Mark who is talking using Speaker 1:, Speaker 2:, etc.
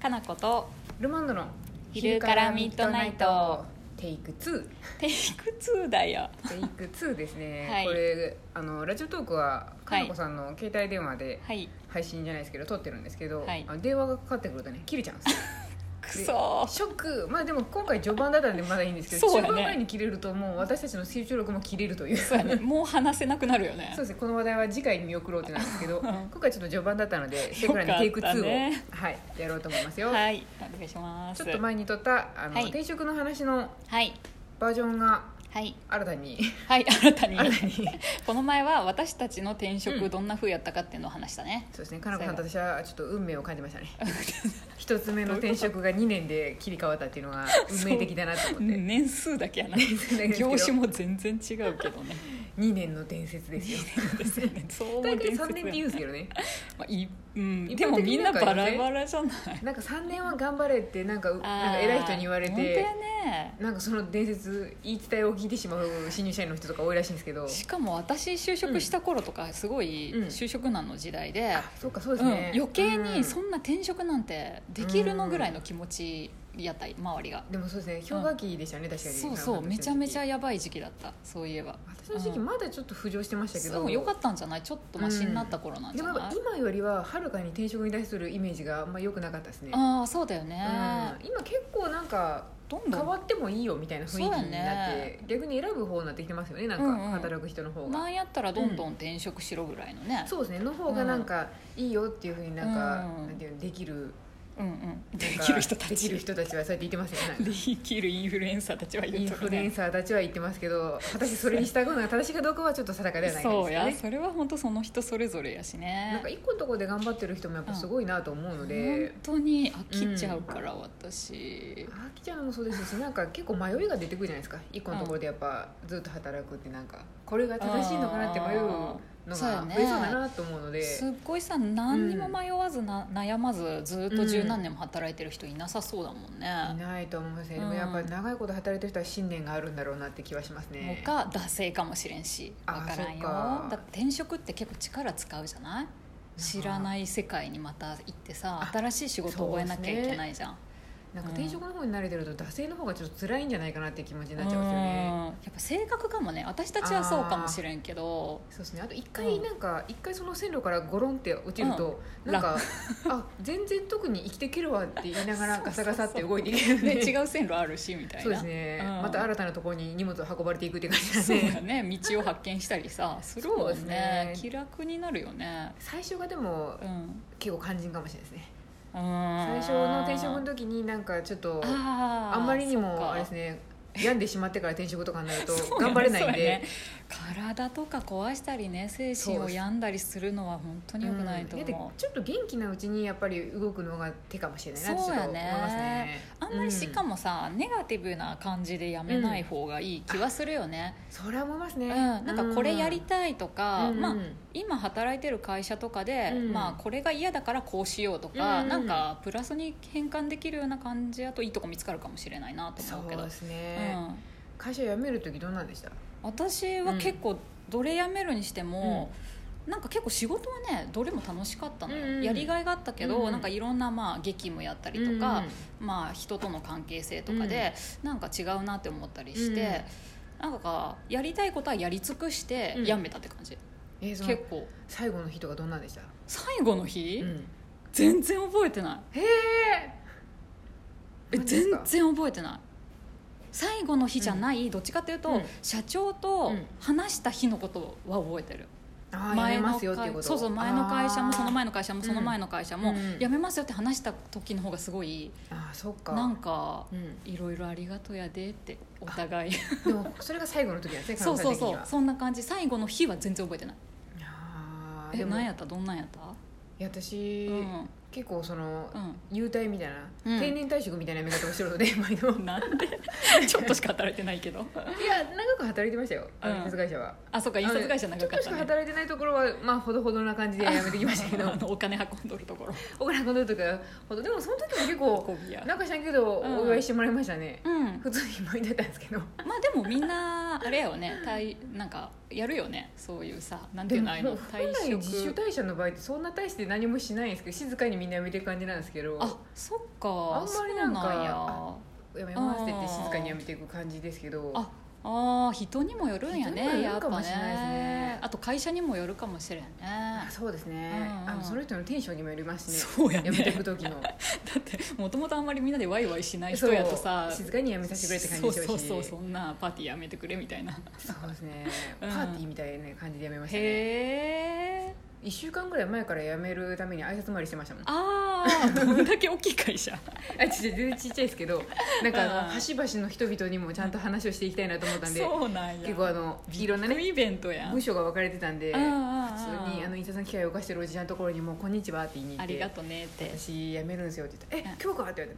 Speaker 1: かなこと
Speaker 2: ルマンドの
Speaker 1: 昼からミッドナイト
Speaker 2: テイク2
Speaker 1: テイク2だよ
Speaker 2: テイク2ですね、
Speaker 1: はい
Speaker 2: これあのラジオトークは
Speaker 1: は
Speaker 2: か
Speaker 1: い
Speaker 2: なこさんの携帯電話で
Speaker 1: はい
Speaker 2: 配信じゃないですけど撮ってるんですけど、
Speaker 1: はい
Speaker 2: あの電話がかかってくるとね切れちゃうんですよ
Speaker 1: くそ
Speaker 2: ショックまあでも今回序盤だったんでまだいいんですけど、
Speaker 1: そうだね
Speaker 2: 中盤ぐらいに切れるともう私たちの集中力も切れるという
Speaker 1: そうやねもう話せなくなるよね
Speaker 2: そうですねこの話題は次回に見送ろうってなんですけど
Speaker 1: ん
Speaker 2: 今回ちょっと序盤だったの でせくらにテイク2を、
Speaker 1: よかっ
Speaker 2: はい、やろうと思いますよ、
Speaker 1: はいお願いします
Speaker 2: ちょっと前に撮ったあの、
Speaker 1: はい
Speaker 2: 転職の話の
Speaker 1: はい
Speaker 2: バージョンが
Speaker 1: はい
Speaker 2: 新たに
Speaker 1: はい新たに
Speaker 2: 新たにそう
Speaker 1: この前は私たちの転
Speaker 2: う
Speaker 1: 職
Speaker 2: ん
Speaker 1: どんな風やったかっていうのを話したね、
Speaker 2: ですねかなこさんと
Speaker 1: そう
Speaker 2: 私はちょっと運命を感じましたね 一つ目の転職が2年で切り替わったっていうのが運命的だなと思って
Speaker 1: 年数だけやな業種も全然違うけ どね
Speaker 2: 2年の伝説ですよ
Speaker 1: ですよねそう思
Speaker 2: 大
Speaker 1: う
Speaker 2: 体
Speaker 1: 伝
Speaker 2: 3
Speaker 1: 説
Speaker 2: 年って言うんですけどね
Speaker 1: まあいうん、
Speaker 2: 一般的に
Speaker 1: でもみんな
Speaker 2: なんか
Speaker 1: バ
Speaker 2: ね
Speaker 1: ラバラじゃない
Speaker 2: なんか3年は頑張れってなんかうなんか偉い人に言われ
Speaker 1: あー本当
Speaker 2: て
Speaker 1: やね
Speaker 2: なんかその伝説言い伝えを聞いてしまう新入社員の人とか多いらしいんですけど
Speaker 1: しかも私就職した頃とかすごい
Speaker 2: うん
Speaker 1: 就職難の時代で、
Speaker 2: あそうかそうで
Speaker 1: うん
Speaker 2: すね、
Speaker 1: 余計にそ
Speaker 2: うん
Speaker 1: な転職なんてできるのぐらいの気持ちやった周りが
Speaker 2: んでもそうですね氷河期でしたね、確かに
Speaker 1: そうそうめちゃめちゃ
Speaker 2: 私
Speaker 1: やばい時期だったそういえば
Speaker 2: の時期
Speaker 1: うん
Speaker 2: まだちょっと浮上してましたけど、
Speaker 1: そうよかったんじゃないちょっとマシになった頃なんじ
Speaker 2: で
Speaker 1: ゃ
Speaker 2: も
Speaker 1: ない、
Speaker 2: 今よりははるかに転職に対するイメージがあんま良くなかったですね、うん、
Speaker 1: ああそうだよね、
Speaker 2: 今結構なんか
Speaker 1: どんど
Speaker 2: 変わ
Speaker 1: ん
Speaker 2: ってもいいよみたいな雰囲気になって、
Speaker 1: そうやね
Speaker 2: 逆に選ぶ方になってきてますよねなん
Speaker 1: うんうん
Speaker 2: か働く人の方が、
Speaker 1: なんやったらどんどん転職しろぐらいのね、
Speaker 2: そうですねの方がなんかいいよっていうふうになんか、
Speaker 1: うん
Speaker 2: なんていうのできる
Speaker 1: うんうん、で
Speaker 2: なんか
Speaker 1: きる人たち
Speaker 2: できる人たちはそうやって言ってますよ ねなんか
Speaker 1: できるインフルエンサーたちは
Speaker 2: イ
Speaker 1: 言
Speaker 2: ン
Speaker 1: う
Speaker 2: フ
Speaker 1: と
Speaker 2: ルエン
Speaker 1: ね
Speaker 2: サーたちは言ってますけど果たしてそれに従うのが正しいかどうかはちょっと定かではないで
Speaker 1: そ
Speaker 2: すよ
Speaker 1: うや
Speaker 2: ね
Speaker 1: それは本当その人それぞれやし
Speaker 2: なん
Speaker 1: ね
Speaker 2: か一個のとこで頑張ってる人もやっぱすごいなと思うの
Speaker 1: 本
Speaker 2: で、
Speaker 1: 当に飽きちゃうから、私
Speaker 2: あきちゃんもそうですしなんか結構迷いが出てくるじゃないですか一個のところでやっぱずっと働くってなんかこれが正しいのかなって迷うのが
Speaker 1: そうや
Speaker 2: 増
Speaker 1: ね
Speaker 2: えそうだなと思うので、
Speaker 1: すっごいさ何にも迷わずな、悩まずずっと十何年も働いてる人いなさそうだもん
Speaker 2: い
Speaker 1: ね、
Speaker 2: ないと思いますねでもやっぱり長いこと働いてる人は信念があるんだろうなって気はします
Speaker 1: もう
Speaker 2: ね
Speaker 1: か惰性かもしれんし
Speaker 2: あ
Speaker 1: わからん
Speaker 2: そ
Speaker 1: よ
Speaker 2: うか
Speaker 1: だって転職って結構力使うじゃない知らない世界にまた行ってさ新しい仕事覚えなきゃいけないじゃん、
Speaker 2: なんか転職の方に慣れてると惰性の方がちょっと辛いんじゃないかなって気持ちになっちゃいますよ
Speaker 1: うん
Speaker 2: ね
Speaker 1: やっぱ性格かもね私たちはそうかもしれんけど
Speaker 2: そうですねあと一回なんか一回その線路からゴロンって落ちるとなんかあ全然特に生きていけるわって言いながらガサガサって動いていけるん
Speaker 1: で
Speaker 2: で
Speaker 1: 違う線路あるしみたいな
Speaker 2: そうですね、
Speaker 1: うん
Speaker 2: また新たなところに荷物を運ばれていくって感じなん
Speaker 1: そう
Speaker 2: で、
Speaker 1: だね道を発見したりさするも
Speaker 2: そうです
Speaker 1: んね
Speaker 2: ね
Speaker 1: 気楽になるよね
Speaker 2: 最初がでも
Speaker 1: うん
Speaker 2: 結構肝心かもしれないですね
Speaker 1: 最
Speaker 2: 最初の転職の時になんかちょっとあ
Speaker 1: あー
Speaker 2: んまりに
Speaker 1: そっ
Speaker 2: も
Speaker 1: か
Speaker 2: あれですね病んでしまってから転職とかになる と
Speaker 1: そうやね
Speaker 2: 頑張れないん
Speaker 1: そ
Speaker 2: で、
Speaker 1: うやね体とか壊したりね精神
Speaker 2: そう
Speaker 1: を
Speaker 2: です
Speaker 1: 病んだりするのは本当に良くないと
Speaker 2: うんだっ
Speaker 1: 思
Speaker 2: てちょっと元気なうちにやっぱり動くのが手かもしれないなってち
Speaker 1: そう
Speaker 2: ょっ
Speaker 1: や
Speaker 2: と思い
Speaker 1: ね
Speaker 2: ますね
Speaker 1: うあんまりしか
Speaker 2: も、
Speaker 1: もさネガティブな感じでやめない方がいい気はするよね
Speaker 2: それは思います
Speaker 1: う
Speaker 2: ね、
Speaker 1: んなんかこれやり
Speaker 2: い
Speaker 1: たいとかまあ今働いてる会社とかで、
Speaker 2: うん
Speaker 1: まあ、これが嫌だからこうしようとか、
Speaker 2: うん
Speaker 1: なんかプラスに変換できるような感じだといいとこ見つかるかもしれないなと
Speaker 2: そ
Speaker 1: 思うけ
Speaker 2: う
Speaker 1: ど
Speaker 2: ですね、
Speaker 1: うん
Speaker 2: 会社辞める時どんなんでした
Speaker 1: 私は結構どれ辞めるにしても、なんか結構仕事はねどれも楽しかったのよ、
Speaker 2: うんうん
Speaker 1: やりがいがあったけど、
Speaker 2: うんうん
Speaker 1: なんかいろんなまあ激務やったりとか、まあ、人との関係性とかで、なんか違うなって思ったりして、なんかやりたいことはやり尽くして
Speaker 2: うん
Speaker 1: 辞めたって感じ、
Speaker 2: うんえーその
Speaker 1: 結構
Speaker 2: 最後の日とかどんなんでした、
Speaker 1: 最後の日、
Speaker 2: うん
Speaker 1: 全然覚えてない
Speaker 2: へ
Speaker 1: え
Speaker 2: マジです
Speaker 1: 全
Speaker 2: か
Speaker 1: 然覚えてない最後の日じゃない、どっちかというと、
Speaker 2: うん
Speaker 1: 社長と
Speaker 2: うん
Speaker 1: 話した日のことは覚えてる、
Speaker 2: え前
Speaker 1: の
Speaker 2: ますよっていうこと
Speaker 1: そうそう前の会社もその前の会社も
Speaker 2: うん
Speaker 1: その前の会社も、
Speaker 2: うん
Speaker 1: 辞めますよって話した時の方がすごい
Speaker 2: あーあーそっか
Speaker 1: なんか
Speaker 2: うん、
Speaker 1: いろいろありがとうやでってお互い
Speaker 2: でもそれが最後の時なんですね
Speaker 1: そうそう
Speaker 2: 彼
Speaker 1: そう
Speaker 2: 女さん
Speaker 1: そんな感じ最後の日は全然覚えてない
Speaker 2: 的にはあー
Speaker 1: え
Speaker 2: でも
Speaker 1: 何
Speaker 2: い
Speaker 1: やったどんなんやった、
Speaker 2: や私、
Speaker 1: うん
Speaker 2: 結構その、
Speaker 1: うん
Speaker 2: 優待みたいな、
Speaker 1: うん
Speaker 2: 定年退職みたいなやり方をしてるので 毎度
Speaker 1: なんで ちょっとしか働いてないけ ど
Speaker 2: いや長く働いてましたよあ
Speaker 1: うん
Speaker 2: の印刷会社は、
Speaker 1: あそうか印刷会社長か
Speaker 2: あのちょっ
Speaker 1: っ
Speaker 2: と
Speaker 1: た
Speaker 2: しか
Speaker 1: ね
Speaker 2: 働いてないところはまあほどほどな感じ で辞めてきましたけど
Speaker 1: あのお金運んどるとこ ろ
Speaker 2: お金運んでるとかほどでもその時も結構
Speaker 1: 運び屋
Speaker 2: なんかしないけど、
Speaker 1: うん
Speaker 2: お祝いしてもらいましたね、
Speaker 1: うん
Speaker 2: 普通に毎度だったんですけど
Speaker 1: まあでもみんなあれよね体なんかやるよねそういうさなんていう
Speaker 2: でも
Speaker 1: のああいうの
Speaker 2: もう
Speaker 1: 退
Speaker 2: 本来自主
Speaker 1: 職
Speaker 2: 退社の場合ってそんな大して何もしないんですけど静かにみんな見てる感じなんですけど
Speaker 1: あそっか
Speaker 2: あんまりなんか
Speaker 1: そうなんや
Speaker 2: あやめますって言って静かにやめていく感じですけど
Speaker 1: ああー人にもよるんや
Speaker 2: 人
Speaker 1: ね
Speaker 2: にもよ
Speaker 1: や
Speaker 2: る
Speaker 1: っ
Speaker 2: か
Speaker 1: ぱ
Speaker 2: もしれないですね
Speaker 1: ねあと会社にもよるかもしれんね
Speaker 2: あそうですね、
Speaker 1: うんうん
Speaker 2: あのその人のテンションにもよりますしね
Speaker 1: そうやね
Speaker 2: やめていく時の
Speaker 1: だってもともとあんまりみんなでワイワイし ない人やとさ
Speaker 2: そう静かにやめさせてくれって感じでしょうし
Speaker 1: そうそうそうそんなパーティーやめてくれみたいな
Speaker 2: そうですねパ
Speaker 1: うん
Speaker 2: ーティーみたいな感じでやめましたね
Speaker 1: へえ
Speaker 2: 1週間ぐらい前から辞めるために挨拶回りしてましたもん
Speaker 1: あ
Speaker 2: あ
Speaker 1: あどんだけ大きい会社
Speaker 2: ち全然ちっちゃいですけどなんかあの
Speaker 1: うん
Speaker 2: 端々の人々にもちゃんと話をしていきたいなと思ったんで
Speaker 1: そうなんや
Speaker 2: 結構あのいろんな
Speaker 1: ビッグ
Speaker 2: ね
Speaker 1: イベントやん
Speaker 2: 部署が分かれてたんで
Speaker 1: うん
Speaker 2: 普
Speaker 1: う
Speaker 2: 通
Speaker 1: んうん
Speaker 2: にあの印刷の機会を犯してるおじちゃんのところにもう「こんにちは」って言いに行
Speaker 1: あ
Speaker 2: っ
Speaker 1: りが
Speaker 2: て
Speaker 1: とねって
Speaker 2: 私辞めるんですよ」って言ったら「え今日か?」って言われて「あ